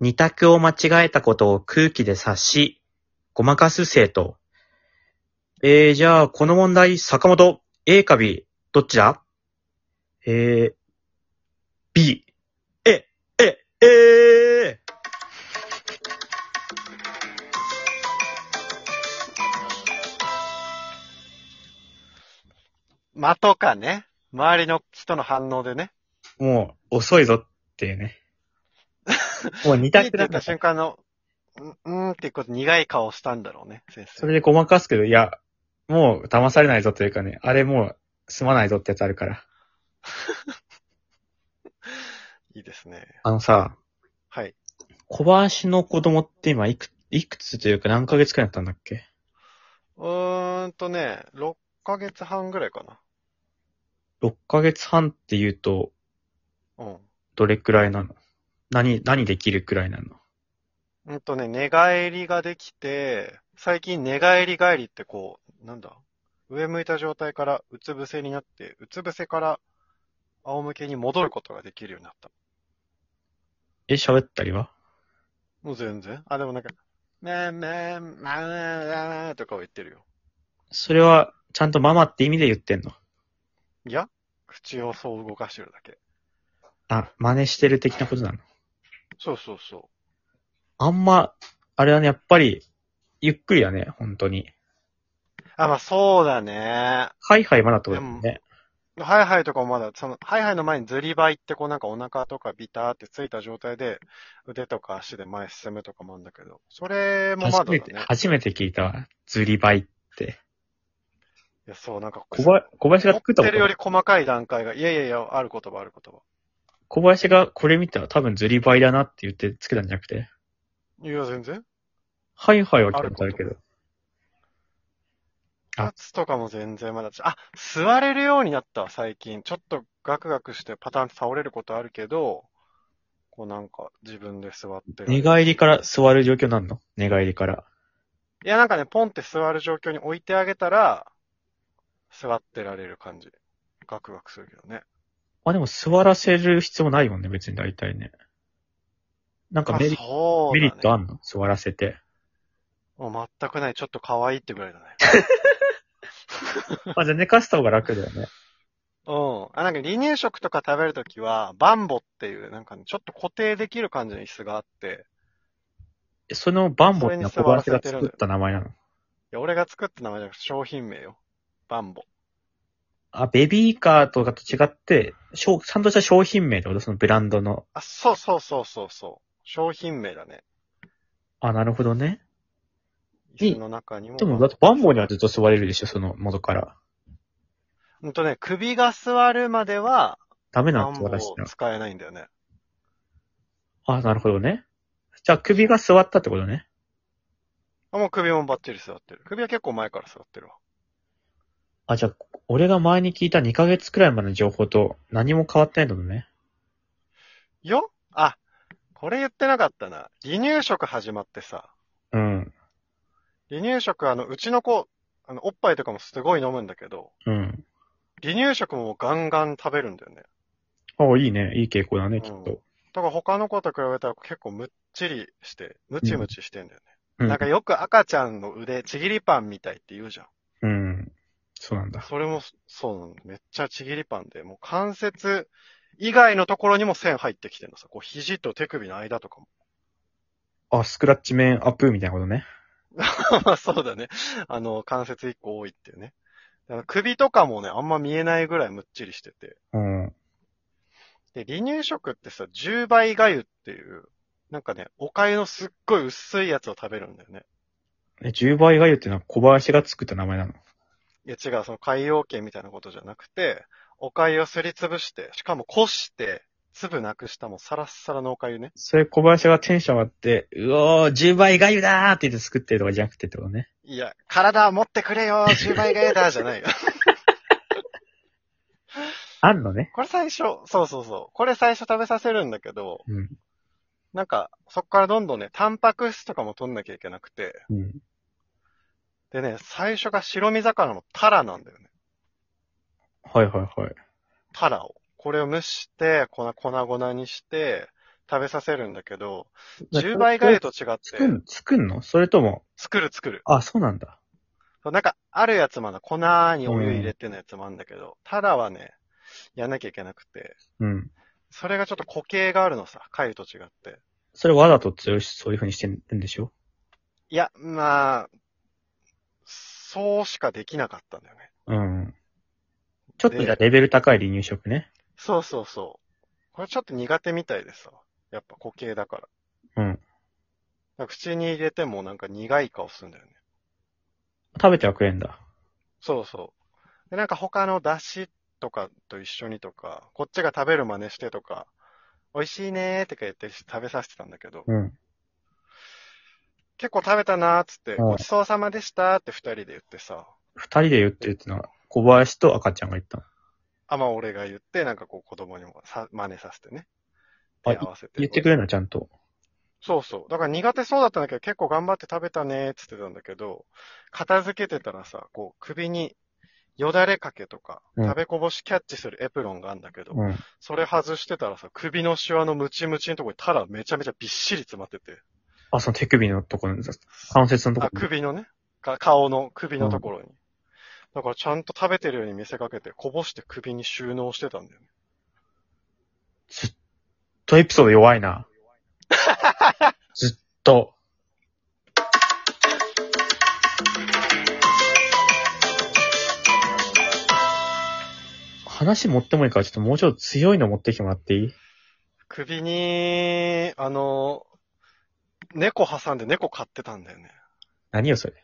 二択を間違えたことを空気で察し、ごまかす生徒。えー、じゃあ、この問題、坂本、A か B、どっちだえー、B。え、え、えー間とかね、周りの人の反応でね、もう、遅いぞっていうね。もう二ピーって択言だかったら。瞬間の、うん、うんってこう苦い顔したんだろうね、先生。それでごまかすけど、いや、もう騙されないぞというかね、あれもう、すまないぞってやつあるから。いいですね。あのさ、はい。小林の子供って今いく、いくつというか何ヶ月くらいだったんだっけうーんとね、6ヶ月半ぐらいか ?6 ヶ月半って言うと、な。うん。どれくらいなの何、何できるくらいなのうんとね、寝返りができて、最近寝返り返りってこう、なんだ、上向いた状態からうつ伏せになって、うつ伏せから仰向けに戻ることができるようになった。え、喋ったりはもう全然。あ、でもなんか、めんめん、まんまんとかを言ってるよ。それは、ちゃんとママって意味で言ってんのいや、口をそう動かしてるだけ。あ、真似してる的なことなのそうそうそあんま、あれだね、やっぱり、ゆっくりだね、本当に。う。あ、まあそうだね。ハイハイまだってことだよでね。ハイハイとかもまだ、その、ハイハイの前にズリバイってこうなんかお腹とかビターってついた状態で、腕とか足で前進むとかもあるんだけど、それもまだ初だめね。て、初めて聞いたわ。ズリバイって。いや、そう、なんか、小林小林が思っ作ったてこるよとり細かい段階が、いやいやいや、ある言葉ある言小林がこれ見たら多分ズリバイだなって言ってつけたんじゃなくて。葉。いや、全然。ハイハイは聞いたことあるけど。あ立つとかも全然まだだしあ、座れるようになったわ、最近。ちょっとガクガクしてパターンって倒れることあるけど、こうなんか自分で座って。寝返りから座る状況なんの寝返りから。いや、なんかね、ポンって座る状況に置いてあげたら、座ってられる感じ。ガクガクするけどね。まあでも座らせる必要ないもんね、別に大体ね。なんかあ、メリ,、そうメだ、ね。リットあんの座らせて。 もう全くない。ちょっと可愛いってぐらいだね。まあじゃあ寝かせた方が楽だよね。うん。あ、なんか離乳食とか食べるときは、バンボっていう、なんかね、ちょっと固定できる感じの椅子があって、えそのバンボってのはそれ小に座ら林せてがる作った名前なの。いや、俺が作った名前じゃなくて商品名よ。バンボ。あ、ベビーカーとかと違って、しょうちゃんとした商品名ってことそのブランドの。あ、そうそうそうそうそう。商品名だね。あ、なるほどね。椅子の中にも。でもだってバンボにはずっと座れるでしょ、その元から。うんとね、首が座るまでは、ダメなバのン座ボらせをての。使えないんだよね。あ、なるほどね。じゃあ首が座ったってことね。あ、もう首もバッチリ座ってる。首は結構前から座ってるわ。あ、じゃあ、俺が前に聞いた2ヶ月くらいまでの情報と何も変わってないんだもんね。よあ、これ言ってなかったな。離乳食始まってさ。うん。離乳食、あの、うちの子、あの、おっぱいとかもすごい飲むんだけど、うん。離乳食もガンガン食べるんだよね。あ、いいね。いい傾向だね、うんきっと。だから他の子と比べたら結構むっちりして、ムチムチしてんだよね。うん。なんかよく赤ちゃんの腕、ちぎりパンみたいって言うじゃん。うん。そうなんだ。それも、そうなの。めっちゃちぎりパンで、もう関節以外のところにも線入ってきてるのさ。こう、肘と手首の間とかも。あ、スクラッチ面アップみたいなことね。まあ そうだね。あの、関節一個多いっていうね。あの首とかもね、あんま見えないぐらいむっちりしてて。うん。で、離乳食ってさ、10倍粥っていう、なんかね、お粥のすっごい薄いやつを食べるんだよね。え、10倍がゆっていうのは小林が作った名前なの。いや違う、その海洋圏みたいなことじゃなくて、お粥をすりつぶして、しかもこして、粒なくしたもうサラッサラのお粥ね。それ小林がテンション上がって、うおー、10倍がゆだーって言って作ってるとかじゃなくてってことね。いや、体持ってくれよ !10 倍粥だじゃないよ。 あんのね。これ最初、そうそうそう。これ最初食べさせるんだけど、うん。なんか、そこからどんどんね、タンパク質とかも取んなきゃいけなくて、うん。でね、最初が白身魚のタラなんだよね。はいはいはい。タラを。これを蒸して、粉、粉々にして、食べさせるんだけど、10倍返りと違っ作て、ん、作んのそれとも、作る作る。あ、そうなんだ。そうなんか、あるやつまだ粉にお湯入れてのやつもあるんだけど、タラはね、やんなきゃいけなくて、うん。それがちょっと固形があるのさ、粥と違って。それわざと強いし、そういう風にしてるんでしょいや、まあ、そうしかできなかったんだよね。うん。ちょっとでじゃあレベル高い離乳食ね。そうそうそう。これちょっと苦手みたいでさ。やっぱ固形だから。うん。なんか口に入れてもなんか苦い顔するんだよね。食べてはくれんだ。そうそう。で、なんか他の出汁とかと一緒にとか、こっちが食べる真似してとか、美味しいねーってか言って食べさせてたんだけど、うん。結構食べたなーっつって、うんごちそうさまでしたーって二人で言ってさ、二人で言ってるってのは、小林と赤ちゃんが言ったの。あ、まあ俺が言って、なんかこう子供にもさ真似させてね。あ手合わせて。言ってくれるの、ちゃんと。そうそう。だから苦手そうだったんだけど、結構頑張って食べたねーっつってたんだけど、片付けてたらさ、こう首によだれかけとか、うん食べこぼしキャッチするエプロンがあるんだけど、うん。それ外してたらさ、首のシワのムチムチのとこにタラめちゃめちゃびっしり詰まってて、あ、その手首のところに、関節のとこあ、ろに。首のね、か顔の首のところに。だからちゃんと食べてるように見せかけて、こぼして首に収納してたんだよね。ずっとエピソード弱いな。ずっと。話持ってもいいから、ちょっともうちょっと強いの持ってきてもらっていい首に、あの、猫挟んで猫飼ってたんだよね。何よ、それ。